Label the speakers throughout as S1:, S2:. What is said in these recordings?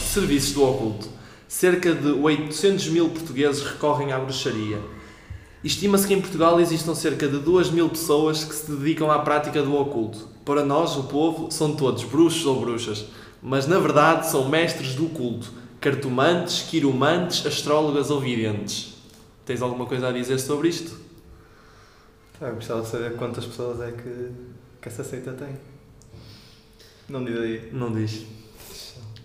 S1: serviços do oculto. Cerca de 800 mil portugueses recorrem à bruxaria. Estima-se que em Portugal existam cerca de 2 mil pessoas que se dedicam à prática do oculto. Para nós, o povo, são todos bruxos ou bruxas, mas na verdade são mestres do culto, cartomantes, quiromantes, astrólogas ou videntes. Tens alguma coisa a dizer sobre isto?
S2: Ah, eu gostava de saber quantas pessoas é que, que essa seita tem. Não diz aí.
S1: Não diz.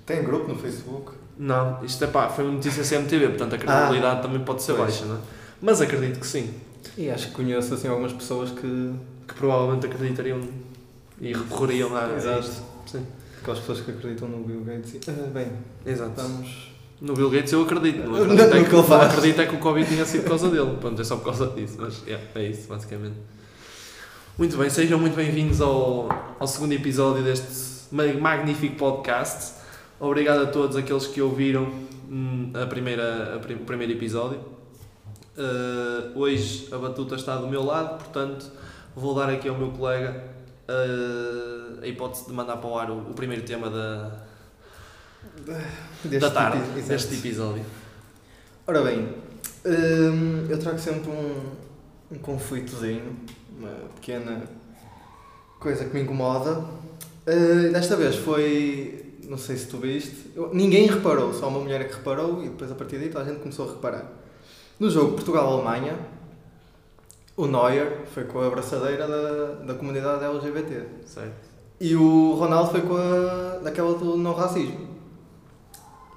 S2: Tem grupo no Facebook?
S1: Não, isto é pá, foi uma notícia CMTV, portanto a credibilidade também pode ser
S2: Pois.
S1: baixa, não é? Mas acredito que sim,
S2: E acho que conheço assim algumas pessoas que.
S1: que provavelmente acreditariam e recorreriam à a
S2: Exato.
S1: isto. Sim,
S2: Aquelas pessoas que acreditam no Bill Gates. E, ah, bem,
S1: exato.
S2: vamos.
S1: No Bill Gates eu acredito. Não
S2: Não,
S1: acredito, é
S2: no
S1: que,
S2: que ele
S1: não
S2: faz.
S1: acredito é que o Covid tinha sido por causa dele. Pronto, é só por causa disso. Mas é, é isso, basicamente. Muito bem, sejam muito bem-vindos ao, ao segundo episódio deste ma- magnífico podcast. Obrigado a todos aqueles que ouviram hum, a primeira, a prim- o primeiro episódio. Uh, hoje a batuta está do meu lado, portanto vou dar aqui ao meu colega uh, a hipótese de mandar para o ar o- o primeiro tema da,
S2: Deste
S1: da tarde,
S2: epi- exato.
S1: deste episódio.
S2: Ora bem, hum, eu trago sempre um, um conflitozinho, uma pequena coisa que me incomoda. Uh, desta vez foi, não sei se tu viste, eu- ninguém reparou, só uma mulher é que reparou e depois a partir daí toda a gente começou a reparar. No jogo Portugal-Alemanha, o Neuer foi com a abraçadeira da, da comunidade LGBT.
S1: Certo.
S2: E o Ronaldo foi com a. daquela do não racismo.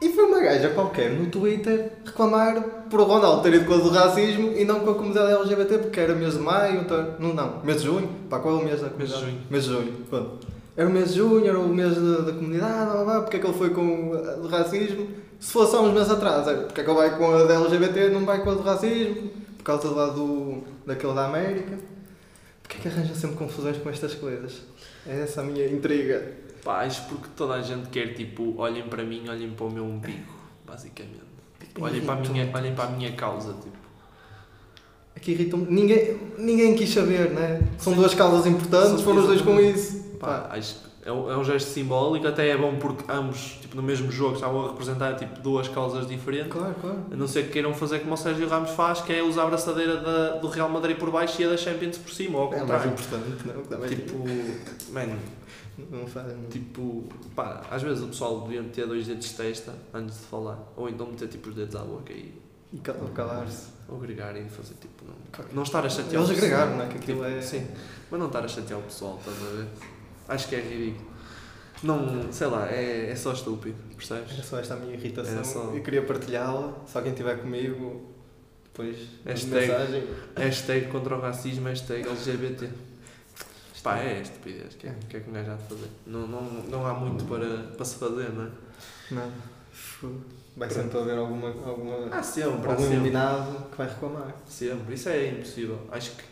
S2: E foi uma gaja qualquer no Twitter reclamar por o Ronaldo ter ido com a do racismo e não com a comunidade LGBT porque era mês de maio, então- não, não, mês de junho, pá, qual é o mês da comunidade?
S1: junho.
S2: Mês de junho, pronto. Era o mês de junho, era o mês da, da comunidade, blá, blá, blá, porque é que ele foi com a do racismo? Se fosse há uns meses atrás, era porque é que ele vai com a da LGBT não vai com a do racismo, por causa lá do, daquele da América. Porquê é que arranjam sempre confusões com estas coisas? É essa a minha intriga.
S1: Pá, acho porque toda a gente quer, tipo, olhem para mim, olhem para o meu umbigo, basicamente. Tipo, olhem, para a minha, olhem para a minha causa, tipo.
S2: Aqui irritam ninguém, ninguém quis saber, né? São duas causas importantes,
S1: Sim,
S2: foram os dois com
S1: exatamente.
S2: isso.
S1: Pá,
S2: Pá,
S1: acho que é um, é um gesto simbólico, até é bom porque ambos, tipo, no mesmo jogo estavam a representar, tipo, duas causas diferentes.
S2: claro, claro.
S1: A não ser que queiram fazer como o Sérgio Ramos faz, que é usar a abraçadeira da- do Real Madrid por baixo e a da Champions por cima, ou ao
S2: É mais
S1: contrário.
S2: importante, não? Dá mais
S1: tipo, mano,
S2: não faz.
S1: Tipo, pá, às vezes o pessoal devia meter dois dedos de testa antes de falar. Ou então meter tipo os dedos à boca e
S2: E cal- calar-se.
S1: agregar e fazer tipo. Não, não estar a chatear
S2: Eles
S1: o pessoal.
S2: agregaram, né? Que aquilo
S1: Tipo,
S2: é.
S1: Sim, mas não estar a chatear o pessoal, estás a ver? Acho que é ridículo. Não, sei lá, é, é só estúpido, percebes?
S2: Era só esta a minha irritação.
S1: Era só-
S2: Eu queria partilhá-la. Se alguém estiver comigo, depois. mande
S1: Hashtag.
S2: Mensagem.
S1: Hashtag contra o racismo, hashtag LGBT. Pá, é estupidez, o que, é, que é que um gajo há de fazer? Não, não, não há muito para, para se fazer, não é?
S2: Não. Fu- Vai sempre haver alguma. alguma...
S1: Há sempre, há
S2: algum
S1: sempre.
S2: iluminado que vai reclamar.
S1: Sempre, isso é impossível. Acho que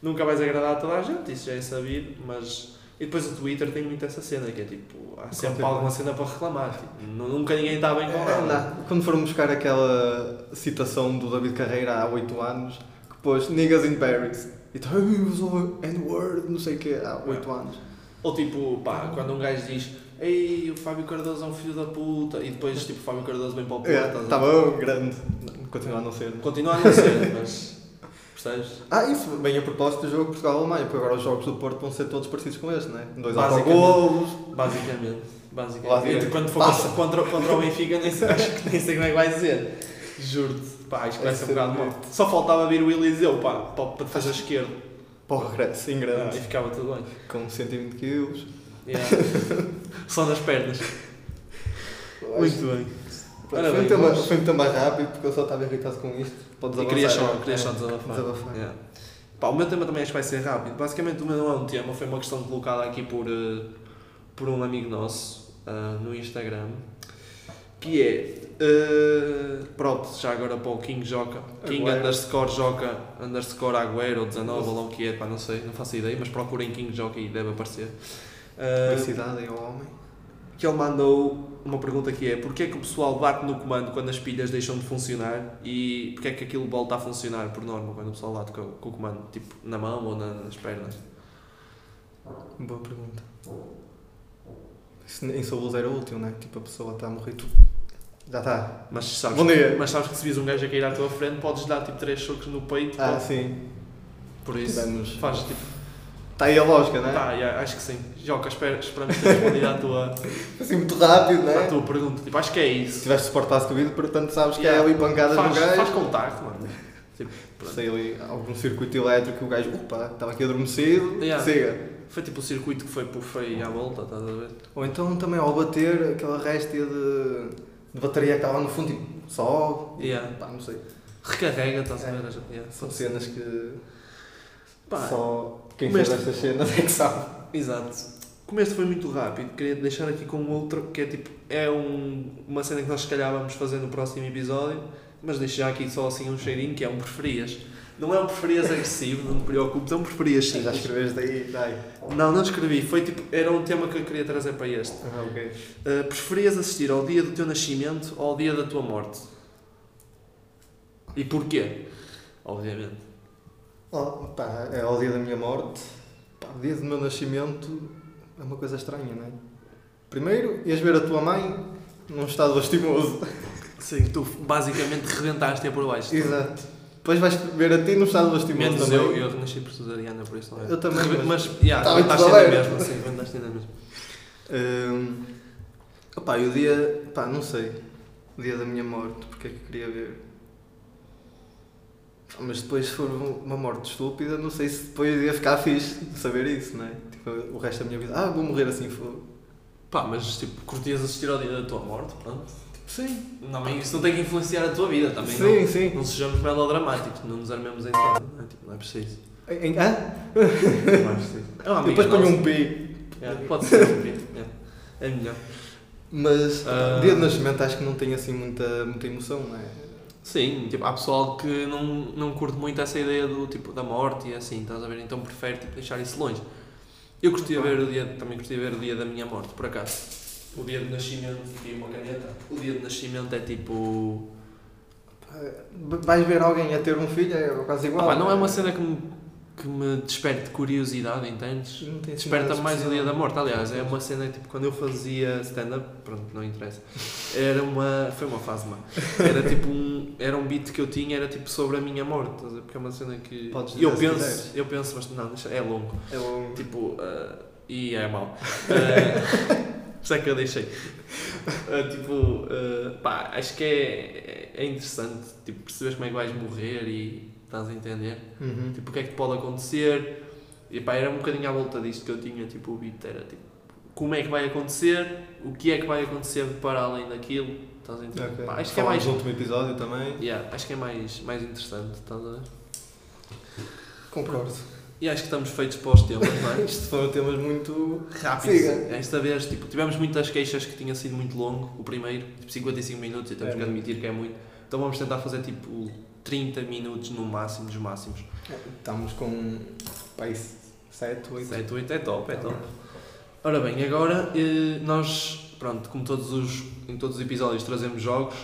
S1: nunca vais agradar a toda a gente, isso já é sabido, mas. E depois o Twitter tem muito essa cena, que é tipo, há sempre
S2: certeza.
S1: alguma cena para reclamar. tipo, nu- nunca ninguém está bem com
S2: É,
S1: nada.
S2: não. Quando foram buscar aquela citação do David Carreira há 8 anos, que pôs Niggas in Paris, e então "Ei, usou N-word, não sei o que, há 8
S1: É.
S2: anos.
S1: Ou tipo, pá, quando um gajo diz Ei, o Fábio Cardoso é um filho da puta, e depois tipo, o Fábio Cardoso vem para o puta.
S2: É,
S1: estás a-
S2: tá bom, grande. Não, Continua a não ser.
S1: Continua a não ser, mas. Percebes?
S2: Ah, isso, bem a propósito do jogo Portugal-Alemanha, porque agora os jogos do Porto vão ser todos parecidos com este, né? Dois
S1: Basicamente.
S2: autogolos.
S1: Basicamente. Basicamente.
S2: Basicamente.
S1: E quando for
S2: Passa.
S1: contra, contra o Benfica, nem sei, acho que nem sei como é que vai dizer. Juro-te. Pá, acho que vai
S2: Vai
S1: ser um
S2: ser
S1: bocado mal.
S2: bonito.
S1: Só faltava vir o Eliseu, pá, para para defesa esquerda.
S2: Para o regresso, em
S1: Ah,
S2: assim, grande.
S1: e ficava tudo bem.
S2: Com 120 quilos.
S1: Yeah. Só nas pernas. Muito bem. Ora
S2: Foi
S1: bem,
S2: um tema-
S1: vamos-
S2: foi um tema rápido, porque eu só estava irritado com isto. Podes
S1: E queria
S2: avançar.
S1: só, queria só
S2: É,
S1: desabafar.
S2: desabafar.
S1: Yeah. Pá, o meu tema também acho que vai ser rápido. Basicamente, o meu não é um tema, foi uma questão colocada aqui por, eh, por um amigo nosso ah, no Instagram. Que é. eh, pronto, já agora para o King Joca. King
S2: Agüero.
S1: underscore Joca underscore Agüero ou 19 ou lá o que é, pá, não sei, não faço ideia, mas procurem King Joca e deve aparecer. Ah,
S2: Felicidade é o homem.
S1: que ele mandou uma pergunta que é porque é que o pessoal bate no comando quando as pilhas deixam de funcionar e porque é que aquilo volta a funcionar por norma quando o pessoal bate co- com, o comando, tipo na mão ou na- nas pernas?
S2: Boa pergunta. Isso em Souls era útil, né? Tipo, a pessoa está a tá morrer, tu Já está.
S1: Mas sabes,
S2: Bom dia.
S1: mas sabes que se vis um gajo a cair à tua frente, podes dar tipo 3 socos no peito.
S2: Ah,
S1: pô.
S2: sim.
S1: por isso,
S2: Vamos.
S1: faz tipo.
S2: Está aí a lógica, não é?
S1: Tá, já, acho que sim. Joca, espera, esperamos ter respondido à tua,
S2: Assim, muito rápido, não
S1: à
S2: é?
S1: tua pergunta. Tipo, acho que é isso.
S2: Tiveste suporte para a subida, portanto sabes que
S1: Yeah.
S2: é ali pancadas
S1: Faz,
S2: no gajo.
S1: faz contacto, mano. Tipo, pronto.
S2: Sei ali algum circuito elétrico e o gajo, opa, estava aqui adormecido,
S1: Yeah.
S2: siga.
S1: Foi tipo o circuito que foi, pô, foi à volta, estás a ver?
S2: Ou então também ao bater aquela réstia de, de bateria que estava no fundo, tipo, sobe,
S1: Yeah.
S2: pá, não sei.
S1: Recarrega, estás a
S2: É.
S1: ver? Yeah.
S2: São cenas que
S1: Pá,
S2: só quem
S1: mas-
S2: fez estas cenas é que sabe.
S1: Exato. Como este foi muito rápido, queria deixar aqui com outro que é tipo, é um- uma cena que nós se calhar vamos fazer no próximo episódio, mas deixo já aqui só assim um cheirinho que é um preferias. Não é um preferias agressivo, não te preocupes, é um preferias
S2: Já
S1: simples.
S2: escreveste aí, dai.
S1: Não, não escrevi, foi tipo, era um tema que eu queria trazer para este.
S2: Ah, ok.
S1: Uh, preferias assistir ao dia do teu nascimento ou ao dia da tua morte? E porquê? Obviamente.
S2: Oh, pá, é ao dia da minha morte, pá, o dia do meu nascimento é uma coisa estranha, não é? Primeiro, ias ver a tua mãe num estado lastimoso.
S1: Sim, tu basicamente rebentaste-a por baixo.
S2: Exato. Depois vais ver a ti no estado lastimoso
S1: Menos
S2: também.
S1: eu, eu renasci por cesariana, por isso não é.
S2: Eu também,
S1: Rebe- Mas,
S2: mas-
S1: yeah,
S2: Tá muito
S1: rebentaste ainda
S2: valente.
S1: mesmo, sim, rebentaste ainda mesmo.
S2: Hum, opá, e o dia. Pá, não sei. O dia da minha morte, porque é que eu queria ver. Pá, Mas depois, se for uma morte estúpida, não sei se depois ia ficar fixe de saber isso, não é? Tipo, o resto da minha vida. Ah, vou morrer assim, fogo.
S1: Pá, mas tipo, curtias assistir ao dia da tua morte, pronto.
S2: Tipo, Sim.
S1: Não, mas isso não tem que influenciar a tua vida também.
S2: sim,
S1: não.
S2: sim.
S1: Não sejamos melodramáticos, não nos armemos em nada. Não é, tipo, não é preciso.
S2: Em- em- hã?
S1: Não é preciso. É um
S2: E depois ponho
S1: nosso.
S2: um pi.
S1: Yeah, pode ser um dia. É melhor.
S2: Mas
S1: Ah.
S2: o dia de nascimento acho que não tem assim muita, muita emoção, não é?
S1: Sim, tipo, há pessoal que não, não curte muito essa ideia do, tipo, da morte e assim, estás a ver? Então prefere tipo, deixar isso longe. Eu curtia ver o dia, também curtia ver o dia da minha morte, por acaso. O dia de nascimento, tipo, e uma caneta. O dia de nascimento é tipo.
S2: Pá, Vais ver alguém a ter um filho, é quase igual.
S1: Ah pá, não é uma cena que me, que me desperte curiosidade, entendes?
S2: Não tem assim
S1: Desperta
S2: nada
S1: mais o dia
S2: especial.
S1: da morte, aliás, é uma cena tipo quando eu fazia stand-up, pronto, não interessa. Era uma. Foi uma fase má. Era tipo um. Era um beat que eu tinha, era tipo sobre a minha morte, estás a ver? porque é uma cena que.
S2: Podes dizer
S1: eu
S2: se
S1: penso,
S2: quiseres.
S1: eu penso, mas não, deixa- é longo.
S2: É um-
S1: Tipo. ah, e é mau. Ah, Por isso é que eu deixei. Ah, tipo, ah, pá, acho que é, é interessante tipo, perceberes como é que vais morrer e estás a entender.
S2: Uhum.
S1: Tipo, o que é que te pode acontecer? E pá, era um bocadinho à volta disto que eu tinha, tipo, o beat era tipo, como é que vai acontecer? O que é que vai acontecer para além daquilo? Estás a entender?
S2: Ok.
S1: Pá, acho que é
S2: Falámos
S1: mais.
S2: no último episódio também.
S1: Yeah, acho que é mais, mais interessante, estás a ver?
S2: Concordo.
S1: E acho que estamos feitos para os temas, não é?
S2: Isto foram temas muito.
S1: Rápido.
S2: Siga.
S1: Esta vez, tipo, tivemos muitas queixas que tinha sido muito longo, o primeiro, tipo 55 minutos, e temos
S2: É
S1: que
S2: muito.
S1: admitir que é muito. Então vamos tentar fazer tipo 30 minutos no máximo dos máximos.
S2: Estamos com. pai 7, 8.
S1: 7, 8 é top, é top. Ora bem, agora eh, nós, pronto, como todos os, em todos os episódios trazemos jogos,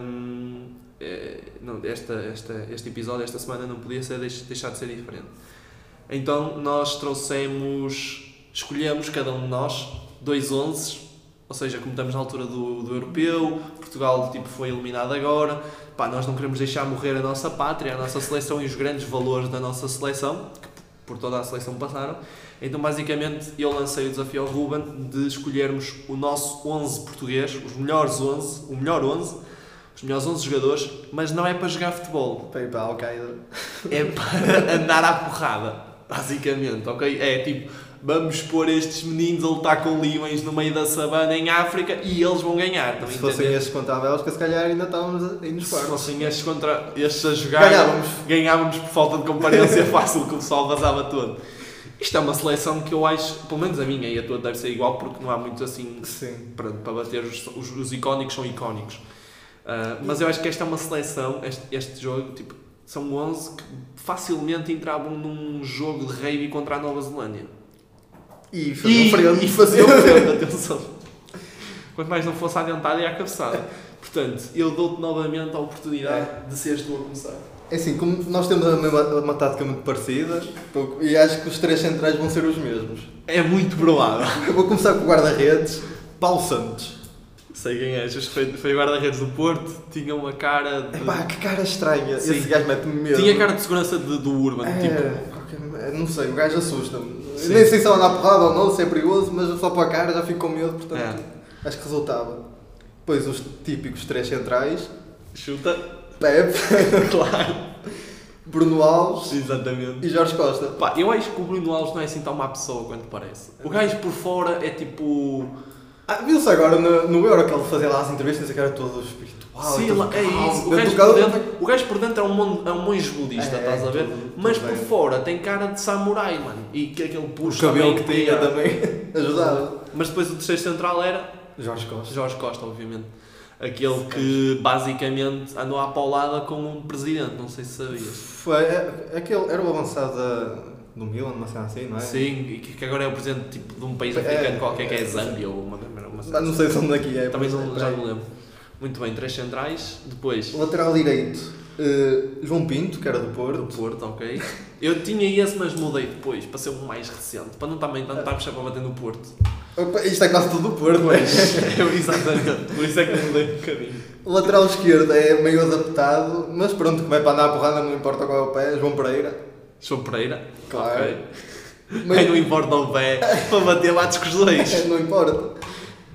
S1: hum, eh, não, esta, esta, este episódio, esta semana não podia ser, deix- deixar de ser diferente. Então nós trouxemos, escolhemos cada um de nós, dois 11, ou seja, como estamos na altura do, do europeu, Portugal tipo, foi eliminado agora, pá, nós não queremos deixar morrer a nossa pátria, a nossa seleção e os grandes valores da nossa seleção, que por toda a seleção passaram. Então, basicamente, eu lancei o desafio ao Ruben de escolhermos o nosso 11 português, os melhores 11, o melhor 11, os melhores 11 jogadores, mas não é para jogar futebol,
S2: Pai para Al-Qaeda.
S1: é para andar à porrada, basicamente, ok? É tipo, vamos pôr estes meninos a lutar com leões no meio da savana em África e eles vão ganhar, estão a
S2: Se fossem
S1: entender?
S2: estes contra a Bélgica, se calhar ainda estávamos aí nos
S1: Se
S2: quartos.
S1: fossem estes contra estes a jogar,
S2: Ganhávamos.
S1: ganhávamos por falta de comparência fácil que o pessoal vazava todo. Isto é uma seleção que eu acho, pelo menos a minha e a tua deve ser igual porque não há muito assim
S2: Sim.
S1: para, para bater os, os, os icónicos são icónicos. Ah, mas eu acho que esta é uma seleção, este, este jogo, tipo, são 11 que facilmente entravam num jogo de rave contra a Nova Zelândia.
S2: E um
S1: E,
S2: faziam frente.
S1: e um faziam frente, atenção. Quanto mais não fosse à dentada e à cabeçada. Portanto, eu dou-te novamente a oportunidade de seres tu a começar.
S2: É assim, como nós temos a mesma, uma tática muito parecida, pouco- e acho que os três centrais vão ser os mesmos.
S1: É muito provável.
S2: Eu vou começar com o guarda-redes, Paulo Santos.
S1: Sei quem és. Este Foi, foi guarda-redes do Porto, tinha uma cara de.
S2: Epá, que cara estranha.
S1: Uhum. Sim.
S2: Esse gajo mete-me medo.
S1: tinha cara de segurança de- do Urban,
S2: É,
S1: tipo.
S2: qualquer- é, Não sei, o gajo assusta-me. Eu
S1: Sim.
S2: Nem sei se ela dá porrada ou não, se é perigoso, mas só para a cara já fico com medo, portanto
S1: É.
S2: acho que resultava. Depois os típicos três centrais,
S1: Chuta,
S2: Pepe,
S1: claro.
S2: Bruno Alves
S1: Exatamente.
S2: e Jorge Costa.
S1: Pá, eu acho que o Bruno Alves não é assim tão má pessoa quanto parece. O gajo por fora é tipo.
S2: Ah, Viu-se agora no, no Euro que ele fazia lá as entrevistas, que era todo espiritual.
S1: Sim,
S2: e todo
S1: lá- é
S2: calmo,
S1: isso. O
S2: dentro
S1: gajo,
S2: do
S1: por
S2: calor.
S1: dentro, o gajo por dentro é um, mon- é um monge budista,
S2: É,
S1: estás a ver?
S2: tudo- tudo
S1: Mas por
S2: bem.
S1: fora tem cara de samurai, mano. E que aquele
S2: O
S1: puxo
S2: cabelo que
S1: também
S2: tinha também É ajudava.
S1: Mas depois o terceiro central era
S2: Jorge Costa.
S1: Jorge Costa, obviamente. Aquele que basicamente andou à paulada com um presidente, não sei se sabias.
S2: Foi, é, é que ele era o avançado da- do Milan, uma cena assim, não é?
S1: Sim, e que que agora é o presidente tipo, de um país
S2: É,
S1: africano qualquer que é
S2: é,
S1: Zâmbia ou uma, uma, uma assim.
S2: Mas Ah, não sei de onde aqui é.
S1: Também
S2: mas
S1: não,
S2: é
S1: já
S2: por aí.
S1: não lembro. Muito bem, três centrais, depois
S2: Lateral direito, eh, João Pinto, que era do Porto.
S1: do Porto, ok? Eu tinha esse, mas mudei depois, para ser um mais recente, para não também não estarmos sempre a bater no Porto.
S2: Opa, Isto é quase tudo do Porto, não é?
S1: Eu, exatamente, por isso é que eu mudei um bocadinho.
S2: Lateral esquerdo é meio adaptado, mas pronto, como é para andar a porrada, não importa qual é o pé, João Pereira.
S1: João Pereira,
S2: Claro.
S1: ok. Ai,
S2: Meio-
S1: não importa o pé, para bater lá com os dois.
S2: não importa.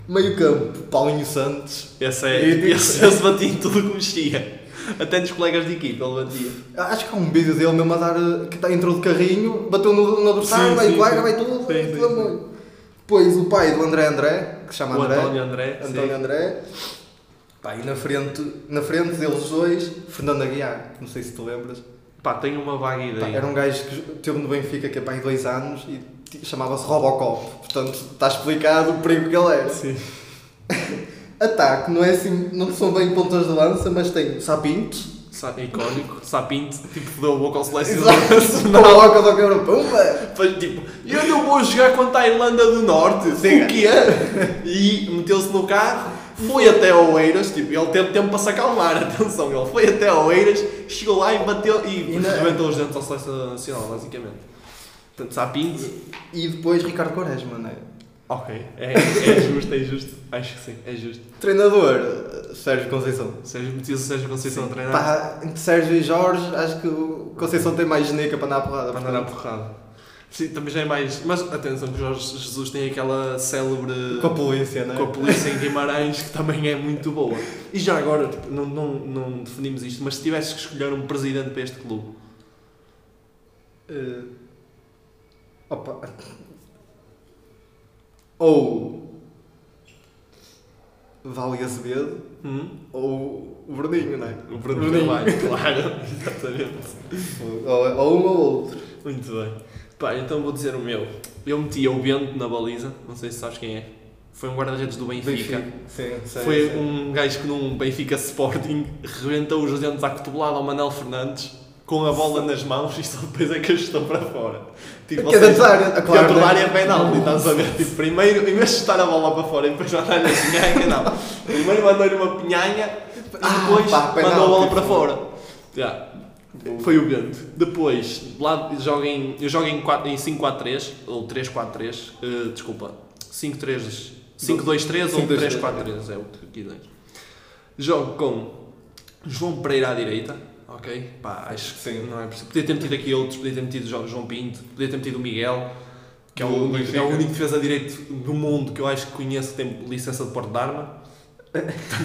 S2: Meio campo, Paulinho Santos.
S1: Esse é.
S2: E-
S1: Esse, esse batia em tudo o que mexia. Até nos colegas de equipa ele batia.
S2: Acho que há um vídeo dele mesmo a dar, eh, que tá- entrou de carrinho, bateu no, no adversário,
S1: Sim,
S2: vai
S1: sim,
S2: guarda,
S1: sim.
S2: vai tudo.
S1: Sim,
S2: tudo
S1: sim,
S2: a molho. Depois o pai do André André, que se chama
S1: O
S2: André.
S1: António André. sim.
S2: António André. Pá, e na frente, na frente deles dois, Fernando Aguiar, não sei se tu lembras.
S1: Pá, tenho uma vaga
S2: Pá,
S1: ideia.
S2: era um gajo que teve no Benfica que é pá, aí dois anos e t- chamava-se Robocop. Portanto, está explicado o perigo que ele era.
S1: Sim.
S2: Ataque, não é assim, não são bem pontas de lança, mas tem Sapinto,
S1: Sa- Icónico, sapinto, tipo, fodeu a boca ao selecionador.
S2: Exato, coloca do quebra pumba.
S1: Faz tipo, eu não vou jogar contra a Irlanda do Norte.
S2: Sim.
S1: O que é? E meteu-se no carro, foi até ao Eiras, tipo, ele teve tempo para se acalmar, atenção, ele foi até ao Eiras, chegou lá e bateu e
S2: E na-
S1: rebentou os dentes ao selecionador nacional, basicamente. Portanto, sapinto.
S2: E depois Ricardo Quaresma, né?
S1: Ok, é, é justo, é justo. Acho que sim, é justo.
S2: Treinador, eh, Sérgio Conceição.
S1: Sérgio metido, Sérgio Conceição a treinar.
S2: Pá, entre Sérgio e Jorge, acho que o Conceição tem mais geneca para andar a porrada.
S1: Para andar à
S2: portanto.
S1: porrada. Sim, também já é mais. Mas atenção que o Jorge Jesus tem aquela célebre.
S2: Com a polícia, né?
S1: com a polícia em Guimarães, que também é muito boa. E já agora, tipo, não, não, não definimos isto, mas se tivesses que escolher um presidente para este clube,
S2: Eh, Opa. Ou. Vale Azevedo
S1: hum?
S2: ou o Verdinho, não é?
S1: o Bruno
S2: Bruninho.
S1: Carvalho, claro, exatamente.
S2: Ou, ou um ou outro.
S1: Muito bem. Pá, então vou dizer o meu. Eu metia o Bento na baliza, não sei se sabes quem é. Foi um guarda-redes do Benfica.
S2: Sim, sei,
S1: Foi
S2: sei.
S1: um gajo que num Benfica Sporting rebentou os dentes à cotovelada ao Manel Fernandes com a bola nas mãos e só depois é que ajustou para fora. Tipo,
S2: Que é dentro da área, ah, claro,
S1: dentro da
S2: né?
S1: área é penalti, estás a ver? Tipo, primeiro, em vez de chutar a bola para fora e depois mandar-lhe a pinhanha, não. Primeiro mandou-lhe uma pinhanha e
S2: Ah,
S1: depois
S2: pá,
S1: mandou a bola
S2: penalti,
S1: para
S2: pô.
S1: fora. Já. Foi o Bento. Depois, lá joga em- eu jogo em, quatro- em 5-4-3, ou 3-4-3, eh, desculpa, 5-3, 5-2-3 ou
S2: 5-2-3,
S1: 3-4-3, é o que quiser. Jogo com João Pereira à direita, ok? Pá, acho que
S2: Sim.
S1: não é preciso. Podia ter metido aqui outros, podia ter metido Jo- João Pinto, podia ter metido o Miguel, que é o,
S2: Do
S1: único,
S2: Benfica.
S1: é o único defesa direito do mundo que eu acho que conheço que tem licença de porte de arma.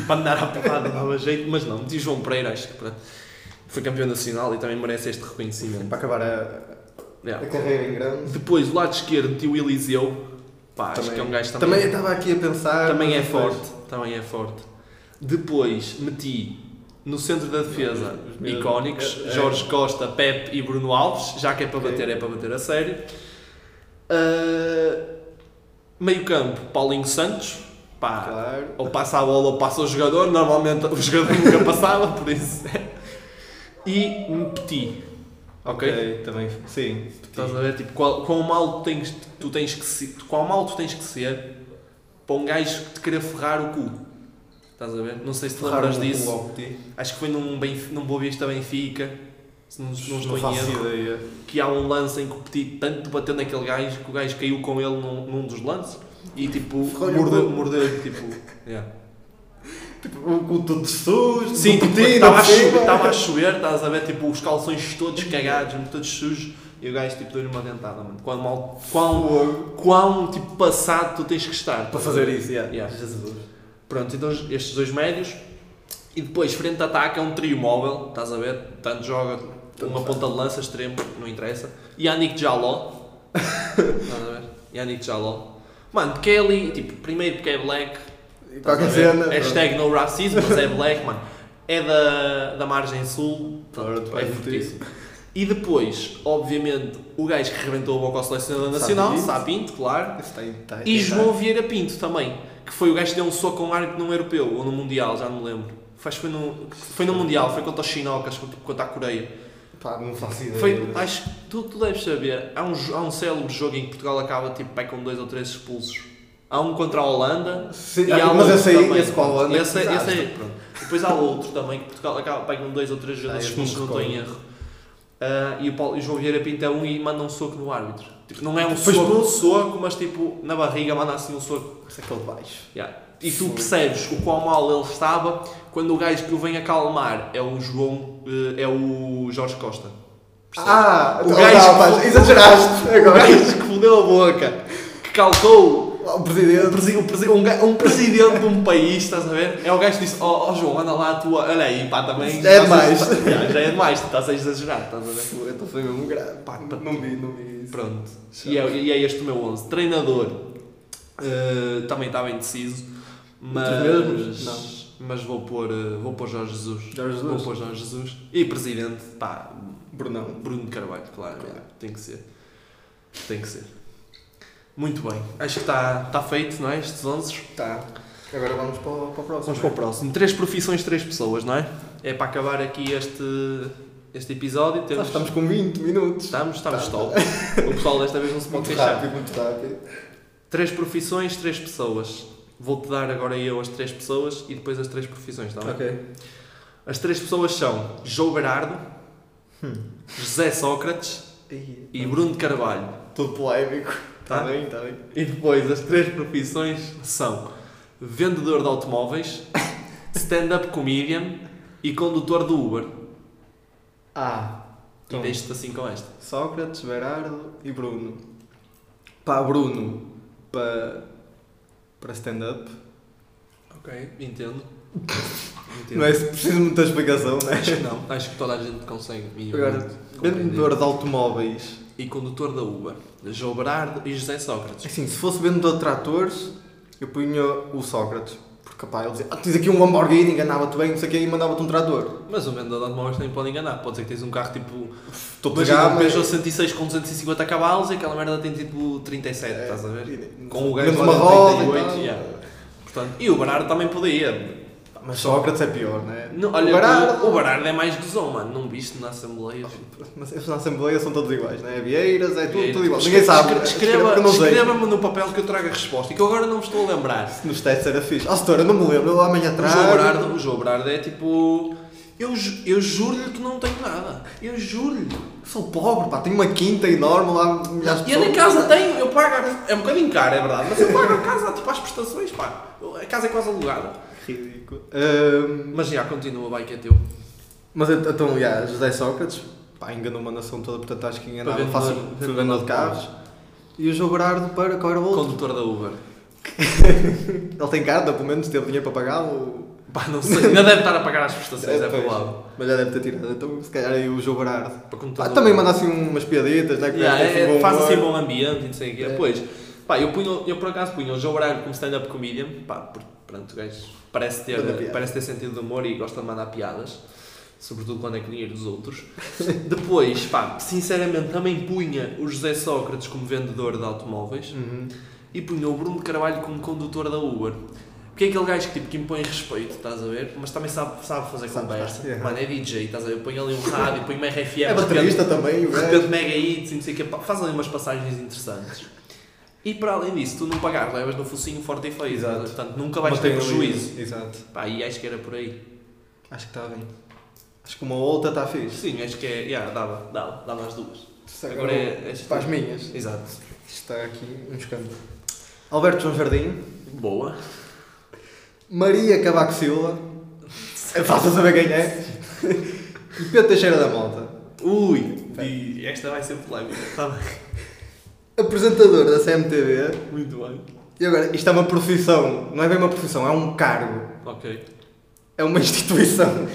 S1: para andar à porrada dava jeito, mas não, meti João Pereira, acho que pronto. Foi campeão nacional e também merece este reconhecimento.
S2: Para acabar a,
S1: Yeah.
S2: a carreira em grande.
S1: Depois, do lado esquerdo, meti o Eliseu. Pá, acho
S2: Também-
S1: que é um gajo também.
S2: Também estava aqui a pensar.
S1: Também
S2: mas
S1: é
S2: depois-
S1: forte, também é forte. Depois meti no centro da defesa
S2: Os meus-
S1: icónicos,
S2: é- é.
S1: Jorge Costa, Pepe e Bruno Alves, já que é para
S2: Ok.
S1: bater, é para bater a sério. Ah, meio campo, Paulinho Santos, pá,
S2: Claro.
S1: ou passa a bola ou passa o jogador, normalmente o jogador nunca passava, por isso. E um Petit, ok?
S2: também. Sim.
S1: Estás a ver? Tipo, qual, quão mal tu tens, tu tens que ser, quão mal tu tens que ser para um gajo que te querer ferrar o cu. Estás a ver? Não sei se te
S2: Ferraram
S1: lembras
S2: um
S1: disso.
S2: bloco de ti.
S1: Acho que foi num, Benf- num Boa Vista Benfica, se não, se não estou
S2: Não
S1: em
S2: faço
S1: erro,
S2: ideia.
S1: que há um lance em que o Petit tanto bateu naquele gajo que o gajo caiu com ele num, num dos lances e tipo,
S2: Ferrou-lhe o
S1: mordeu-
S2: cu.
S1: mordeu-lhe, tipo. yeah.
S2: Tipo, com tudo de sujo,
S1: Sim,
S2: com
S1: tipo,
S2: patina,
S1: estava a,
S2: assim,
S1: chover,
S2: pá.
S1: tava a chover, estás a ver, tipo, os calções todos cagados, todos sujos, e o gajo, tipo, deu-lhe uma dentada, mano. Quão mal, quão,
S2: Fogo.
S1: quão, tipo, passado tu tens que estar.
S2: Para fazer isso, yeah.
S1: Yeah.
S2: Jesus.
S1: Pronto, então estes dois médios, e depois, frente de ataque, é um trio móvel, estás a ver, tanto joga uma ponta de lança, extremo, não interessa, e Yannick Jaló, estás a ver, Yannick Jaló. Mano, porque é ali, tipo, primeiro porque é black,
S2: E
S1: Estás a
S2: qualquer
S1: ver?
S2: cena.
S1: Hashtag no racismo, mas é black, mano. É da, da margem sul.
S2: Ora,
S1: portanto,
S2: tu
S1: é
S2: vais
S1: fortíssimo. E depois, obviamente, o gajo que rebentou a boca ao selecionador
S2: Sá
S1: nacional,
S2: Pinto. É,
S1: Sá Pinto, claro.
S2: pronto. Isso tá está aí, está aí,
S1: E
S2: está aí.
S1: João Vieira Pinto também, que foi o gajo que deu um soco a um árbitro num europeu ou num mundial, já não me lembro. Faz foi no, foi no mundial, foi contra os chinocas, foi contra a Coreia.
S2: Pá, não faço ideia.
S1: Foi, acho que tu, tu deves saber, há um, jo- há um célebre jogo em que Portugal acaba tipo, vai com dois ou três expulsos. Há um contra a Holanda,
S2: Sim,
S1: e há
S2: mas
S1: outro
S2: esse aí,
S1: também,
S2: esse qual
S1: pronto.
S2: ano?
S1: Esse, é, esse aí, pronto. Depois há outro também, que Portugal acaba pega um dois ou três jogadores
S2: Ah, eu não
S1: expulsos, não estou
S2: recordo.
S1: em erro. Ah, e, o Paulo, e o João Vieira pinta um e manda um soco no árbitro. Tipo, não é um
S2: Pois
S1: soco,
S2: não.
S1: soco, mas tipo, na barriga manda assim um soco.
S2: Isso é aquele baixo.
S1: Yeah. E tu
S2: Fogo.
S1: percebes o quão mal ele estava quando o gajo que o vem acalmar é o João, eh, é o Jorge Costa. Percebes?
S2: Ah,
S1: O
S2: o
S1: gajo-
S2: gajo. exageraste
S1: o
S2: agora.
S1: gajo que fudeu a boca, que calcou
S2: O presidente.
S1: um, presi- um presi- um ga- um presidente de um país, estás a ver? É o gajo que disse, ó oh, João, anda lá a tua. Olha aí, pá, também.
S2: Já é
S1: estás a-
S2: demais.
S1: Já, já é demais, estás a exagerar, estás a ver?
S2: Pô, Então foi mesmo grave.
S1: Pá, pá.
S2: não vi, não vi isso.
S1: Pronto. E é, e é este o meu 11. Treinador. eh, também estava indeciso. Mas.
S2: mesmos? Não.
S1: Mas vou pôr, eh, vou pôr Jorge Jesus.
S2: Jorge Jesus?
S1: Vou pôr Jorge Jesus. E presidente, pá,
S2: Brunão.
S1: Bruno de Carvalho, claro. Tem que ser. Tem que ser. Muito bem. Acho que está tá feito, não é? Estes 11.
S2: Tá. Agora vamos para o, para o próximo. né?
S1: Vamos para o próximo. Três profissões, três pessoas, não é? É para acabar aqui este, este episódio.
S2: Nós
S1: Temos,
S2: estamos com 20 minutos.
S1: estamos, estamos
S2: Tá.
S1: top. O pessoal desta vez não se pode
S2: Muito
S1: queixar.
S2: rápido, muito rápido.
S1: Três profissões, três pessoas. Vou-te dar agora eu as três pessoas e depois as três profissões, tá bem?
S2: Ok.
S1: As três pessoas são João Berardo, Hum. José Sócrates e Bruno de Carvalho.
S2: Tudo polémico. Está
S1: Tá.
S2: bem, está bem.
S1: E depois as três profissões são vendedor de automóveis, stand-up comedian e condutor do Uber.
S2: Ah.
S1: E deixo-te assim com esta.
S2: Sócrates, Berardo e Bruno. Pá, Bruno, para, para stand-up.
S1: Ok, entendo. entendo.
S2: Não é preciso de muita explicação, não
S1: Acho
S2: é?
S1: que não, acho que toda a gente consegue.
S2: Agora,
S1: minimamente
S2: vendedor
S1: compreender.
S2: de automóveis.
S1: E condutor da Uber, João Berardo e José Sócrates.
S2: Assim, se fosse vendedor de tratores, eu punha o Sócrates. Porque, pá, ele dizia, ah, tens aqui um Lamborghini, enganava-te bem, não sei o quê, e mandava-te um trator.
S1: Mas o vendedor de automóveis nem pode enganar. Pode ser que tens um carro tipo.
S2: Estou
S1: Imagina um
S2: é,
S1: Peugeot 106 com 250 cavalos e aquela merda tem tipo
S2: É,
S1: 37, estás a ver? Com o gajo
S2: Menos
S1: lá
S2: uma
S1: de
S2: roda e
S1: 38,
S2: tal.
S1: yeah. Portanto, e o Berardo também podia.
S2: Pá, Mas Sócrates é pior, não é?
S1: Não, olha,
S2: o Berardo,
S1: o, o Berardo é mais gozão, mano. Não viste na Assembleia.
S2: Mas eles na Assembleia são todos iguais, não é? Vieiras, é tudo, tudo igual.
S1: Escre-
S2: Ninguém sabe.
S1: escre-
S2: Escreva, que eu
S1: Escreva-me
S2: não sei.
S1: no papel que eu trago a resposta e que eu agora não me estou a lembrar.
S2: Nos testes era fixe. Ah, setora, não me lembro, eu amanhã
S1: O
S2: atrás.
S1: João Berardo, o João Berardo é tipo. Eu, ju- eu juro-lhe que não tenho nada. Eu juro-lhe.
S2: Sou pobre, pá, tenho uma quinta enorme lá, milhares de
S1: E eu
S2: pessoas.
S1: nem casa tenho, eu pago. a- É um bocadinho caro, é verdade, mas eu pago a casa, tipo, as prestações, pá. Eu- A casa é quase alugada.
S2: Ridículo. Ahm,
S1: Mas já, continua, vai que é teu.
S2: Mas ent- então, já, José Sócrates, pá, enganou uma nação toda, portanto acho que enganava
S1: Para vender-
S2: fácil
S1: vender
S2: foi vendedor de carros. E o João Berardo para qual era o outro?
S1: Condutor da Uber.
S2: Ele tem carta, pelo menos teve dinheiro para pagar ou...
S1: Pá, não sei, ainda deve estar a pagar as prestações, é
S2: Pois.
S1: provável.
S2: Mas já deve ter tirado, então se calhar aí o João Berardo.
S1: Para condutor
S2: Ah,
S1: da
S2: também
S1: Uber.
S2: manda assim umas piaditas, né? que
S1: Yeah,
S2: tem
S1: é,
S2: bom
S1: faz assim
S2: humor.
S1: bom ambiente e não sei o quê.
S2: É.
S1: Pois, pá, eu, punho, eu por acaso punho o João Braga como stand-up comedian, pá, porque, pronto, o gajo parece
S2: Manda
S1: ter,
S2: piada.
S1: parece ter sentido de humor e gosta de mandar piadas, sobretudo quando é com dinheiro dos outros. Depois, pá, sinceramente também punha o José Sócrates como vendedor de automóveis
S2: Uhum.
S1: e punha o Bruno de Carvalho como condutor da Uber. Porque é aquele gajo que, tipo, que impõe respeito, estás a ver? Mas também sabe, sabe fazer
S2: Sabe,
S1: conversa.
S2: yeah.
S1: Mano, é DJ, estás a ver? Põe ali um rádio, põe uma RFM.
S2: É
S1: de repente-
S2: baterista também, o
S1: de
S2: gajo.
S1: repente mega hits e não sei o que, faz ali umas passagens interessantes. E para além disso, tu não pagares, levas no focinho forte e feio,
S2: Exato.
S1: portanto nunca vais
S2: Mantém
S1: ter
S2: ali-
S1: prejuízo.
S2: Exato.
S1: Pá, e acho que era por aí.
S2: Acho que está bem. Acho que uma outra está fixe.
S1: Sim, acho que é, yeah, dava, dava, dava as duas. Agora
S2: Agora
S1: é este-
S2: para as minhas.
S1: Exato.
S2: Está aqui um escândalo. Alberto João Jardim.
S1: Boa.
S2: Maria Cavaco Silva. É fácil saber quem é. E Pedro Teixeira da Mota.
S1: Ui, e esta vai ser polémica. Tá bem.
S2: Apresentador da CMTV.
S1: Muito bem.
S2: E agora, isto é uma profissão. Não é bem uma profissão, é um cargo.
S1: Ok.
S2: É uma instituição.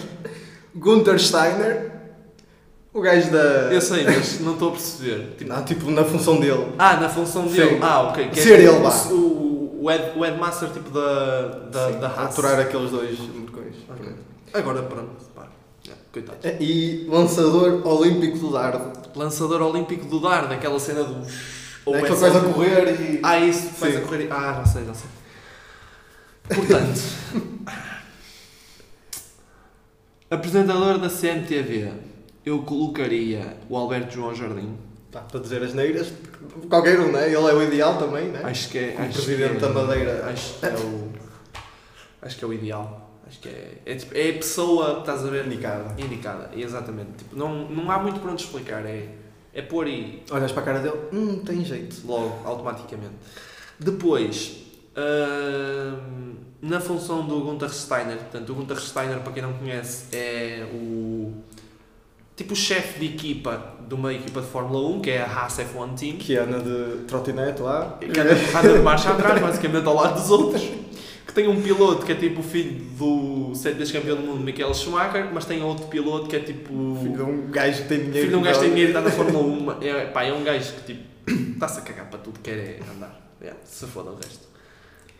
S2: Gunther Steiner. O gajo da.
S1: Eu sei, mas não estou a perceber. Tipo,
S2: Não, tipo, na função dele.
S1: ah, na função dele.
S2: Sim.
S1: Ah, ok. que é
S2: Ser
S1: tipo
S2: ele, vá.
S1: O, o, head, o headmaster tipo da, da,
S2: Sim,
S1: da Haas.
S2: Aturar aqueles dois mercões.
S1: Ok. Agora pronto, pá. É, Coitado.
S2: E lançador olímpico do dardo.
S1: Lançador olímpico do dardo, aquela cena do... Ou
S2: é
S1: é
S2: aquela
S1: só
S2: coisa a
S1: do-
S2: correr e.
S1: Ah, isso, faz
S2: Sim.
S1: a correr. Ah, já sei, já sei. Portanto, apresentador da CMTV, eu colocaria o Alberto João Jardim.
S2: Pá, tá, para dizer as neiras. Qualquer um, né? Ele é o ideal também, né?
S1: Acho que é.
S2: Como
S1: Acho
S2: presidente
S1: que é-
S2: da Madeira.
S1: Acho que é o. Acho que é o ideal. Acho que é. É, tipo- é a pessoa, estás a ver?
S2: Indicada.
S1: Indicada, exatamente. Tipo, não, não há muito para onde explicar. É, é pôr e
S2: Olhas para a cara dele, hum, tem jeito.
S1: logo, automaticamente. Depois, hum, na função do Gunther Steiner, portanto, o Gunther Steiner, para quem não conhece, é o tipo o chefe de equipa de uma equipa de Fórmula 1, que é a Haas F1 Team,
S2: Que anda de trotinete lá.
S1: que anda, anda de marcha atrás, basicamente ao lado dos outros, que tem um piloto que é tipo o filho do sete vezes campeão do mundo, Michael Schumacher, mas tem outro piloto que é tipo...
S2: Filho de um gajo que tem dinheiro.
S1: Filho de um gajo que tem dinheiro e está na Fórmula 1. É, pá, é um gajo que tipo, está-se a cagar para tudo, quer é andar. É, se foda o resto.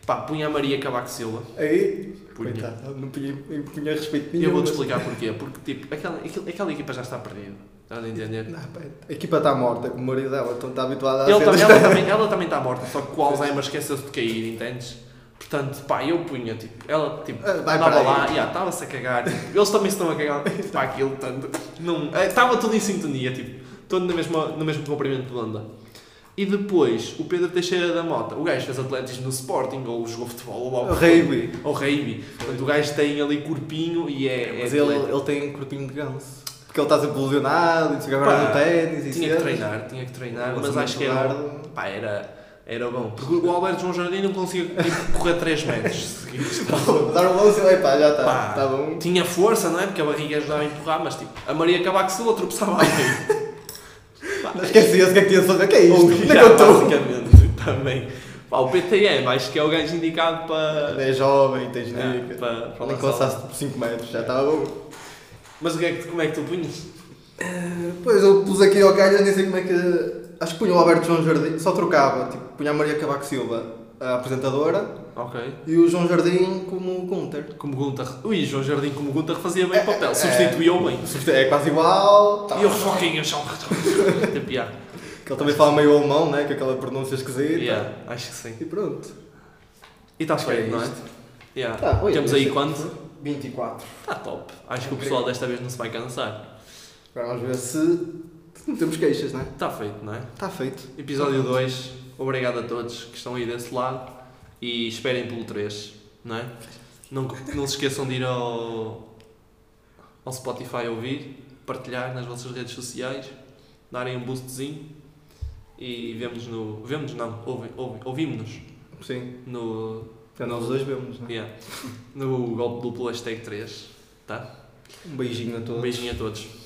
S1: Pá, punha a Maria Cabaco Silva.
S2: Aí,
S1: Punha.
S2: coitado, não punha, não punha respeito nenhum.
S1: Eu vou-te
S2: mas-
S1: explicar porquê. Porque tipo, aquela, aquele- aquela equipa já está perdida. Estás a entender?
S2: Não, pá, a equipa está morta, como o marido dela, então está habituada a
S1: Ele tam-
S2: cenas-
S1: ela, também, ela também está morta, só que o Alzheimer esqueceu-se de cair, entendes? Portanto, pá, eu punha, tipo, ela, tipo,
S2: Ah, vai
S1: andava
S2: para aí.
S1: lá, já, estava-se a cagar, tipo, eles também se estão a cagar, tipo, para aquilo, portanto, não, eh, estava tudo em sintonia, tipo, todo na mesma, no mesmo comprimento de onda. E depois, o Pedro Teixeira da Mota, o gajo fez atletismo no Sporting, ou jogou futebol, ou
S2: O
S1: algo
S2: Reiby.
S1: ou rugby, portanto, o gajo tem ali corpinho e é...
S2: Mas
S1: é
S2: ele,
S1: atleta.
S2: ele tem um corpinho de ganso. Porque ele está sempre lesionado, e não sei o que, agora
S1: Pá,
S2: no ténis e
S1: tinha que
S2: cenas.
S1: treinar, tinha que treinar, mas
S2: Lançamento
S1: acho que
S2: do
S1: era...
S2: dardo.
S1: Pá, era, era bom. Porque o Alberto João Jardim não conseguia tipo, correr 3 metros seguidos.
S2: Dar um lance e ele, pá, já está.
S1: Pá.
S2: Está tá bom.
S1: Tinha força, não é? Porque a barriga ajudava a empurrar, mas tipo, a Maria Cabaco Silva tropeçava a meio.
S2: Não esqueci-se o que é que tinha de fazer. Que é isto?
S1: Ou
S2: Onde é que
S1: já,
S2: eu estou?
S1: basicamente, também. Pá, o PTM, acho que é o gajo indicado para...
S2: É jovem, tens
S1: É,
S2: dica.
S1: para, para
S2: Nem que
S1: lançar.
S2: lançasse por 5 metros, já estava bom.
S1: Mas o que é que, como é que tu punhas?
S2: Pois eu pus aqui ao calho, nem sei como é que. Acho que punha o Alberto João Jardim, só trocava, tipo, punha a Maria Cavaco Silva, a apresentadora,
S1: Ok.
S2: e o João Jardim como Gunter.
S1: Como Gunter. Ui, João Jardim como Gunter fazia bem o papel. Substituiu bem.
S2: É quase igual. Tá.
S1: E os foquinhos são... Até piada.
S2: Que ele também fala meio alemão, né? Com aquela pronúncia esquisita.
S1: Yeah, acho que sim.
S2: E pronto.
S1: E está
S2: Acho que
S1: feio,
S2: é
S1: não é?
S2: isto.
S1: Yeah.
S2: Tá, olha,
S1: Temos
S2: eu
S1: aí
S2: sei.
S1: quanto?
S2: 24.
S1: Está top. Acho que o pessoal desta vez não se vai cansar.
S2: Agora vamos ver se. se Não temos queixas, né?
S1: Está feito, não é?
S2: Está feito.
S1: Episódio
S2: Tá
S1: 2. Obrigado a todos que estão aí desse lado e esperem pelo 3, não é? Não, não se esqueçam de ir ao, ao Spotify ouvir, partilhar nas vossas redes sociais, darem um boostzinho e vemos no. Vemos não, ouvi, ouvi, ouvimos-nos
S2: Sim.
S1: no.
S2: Então nós dois vemos, né?
S1: yeah, no golpe duplo hashtag 3. Tá?
S2: Um beijinho a todos.
S1: Um beijinho a todos.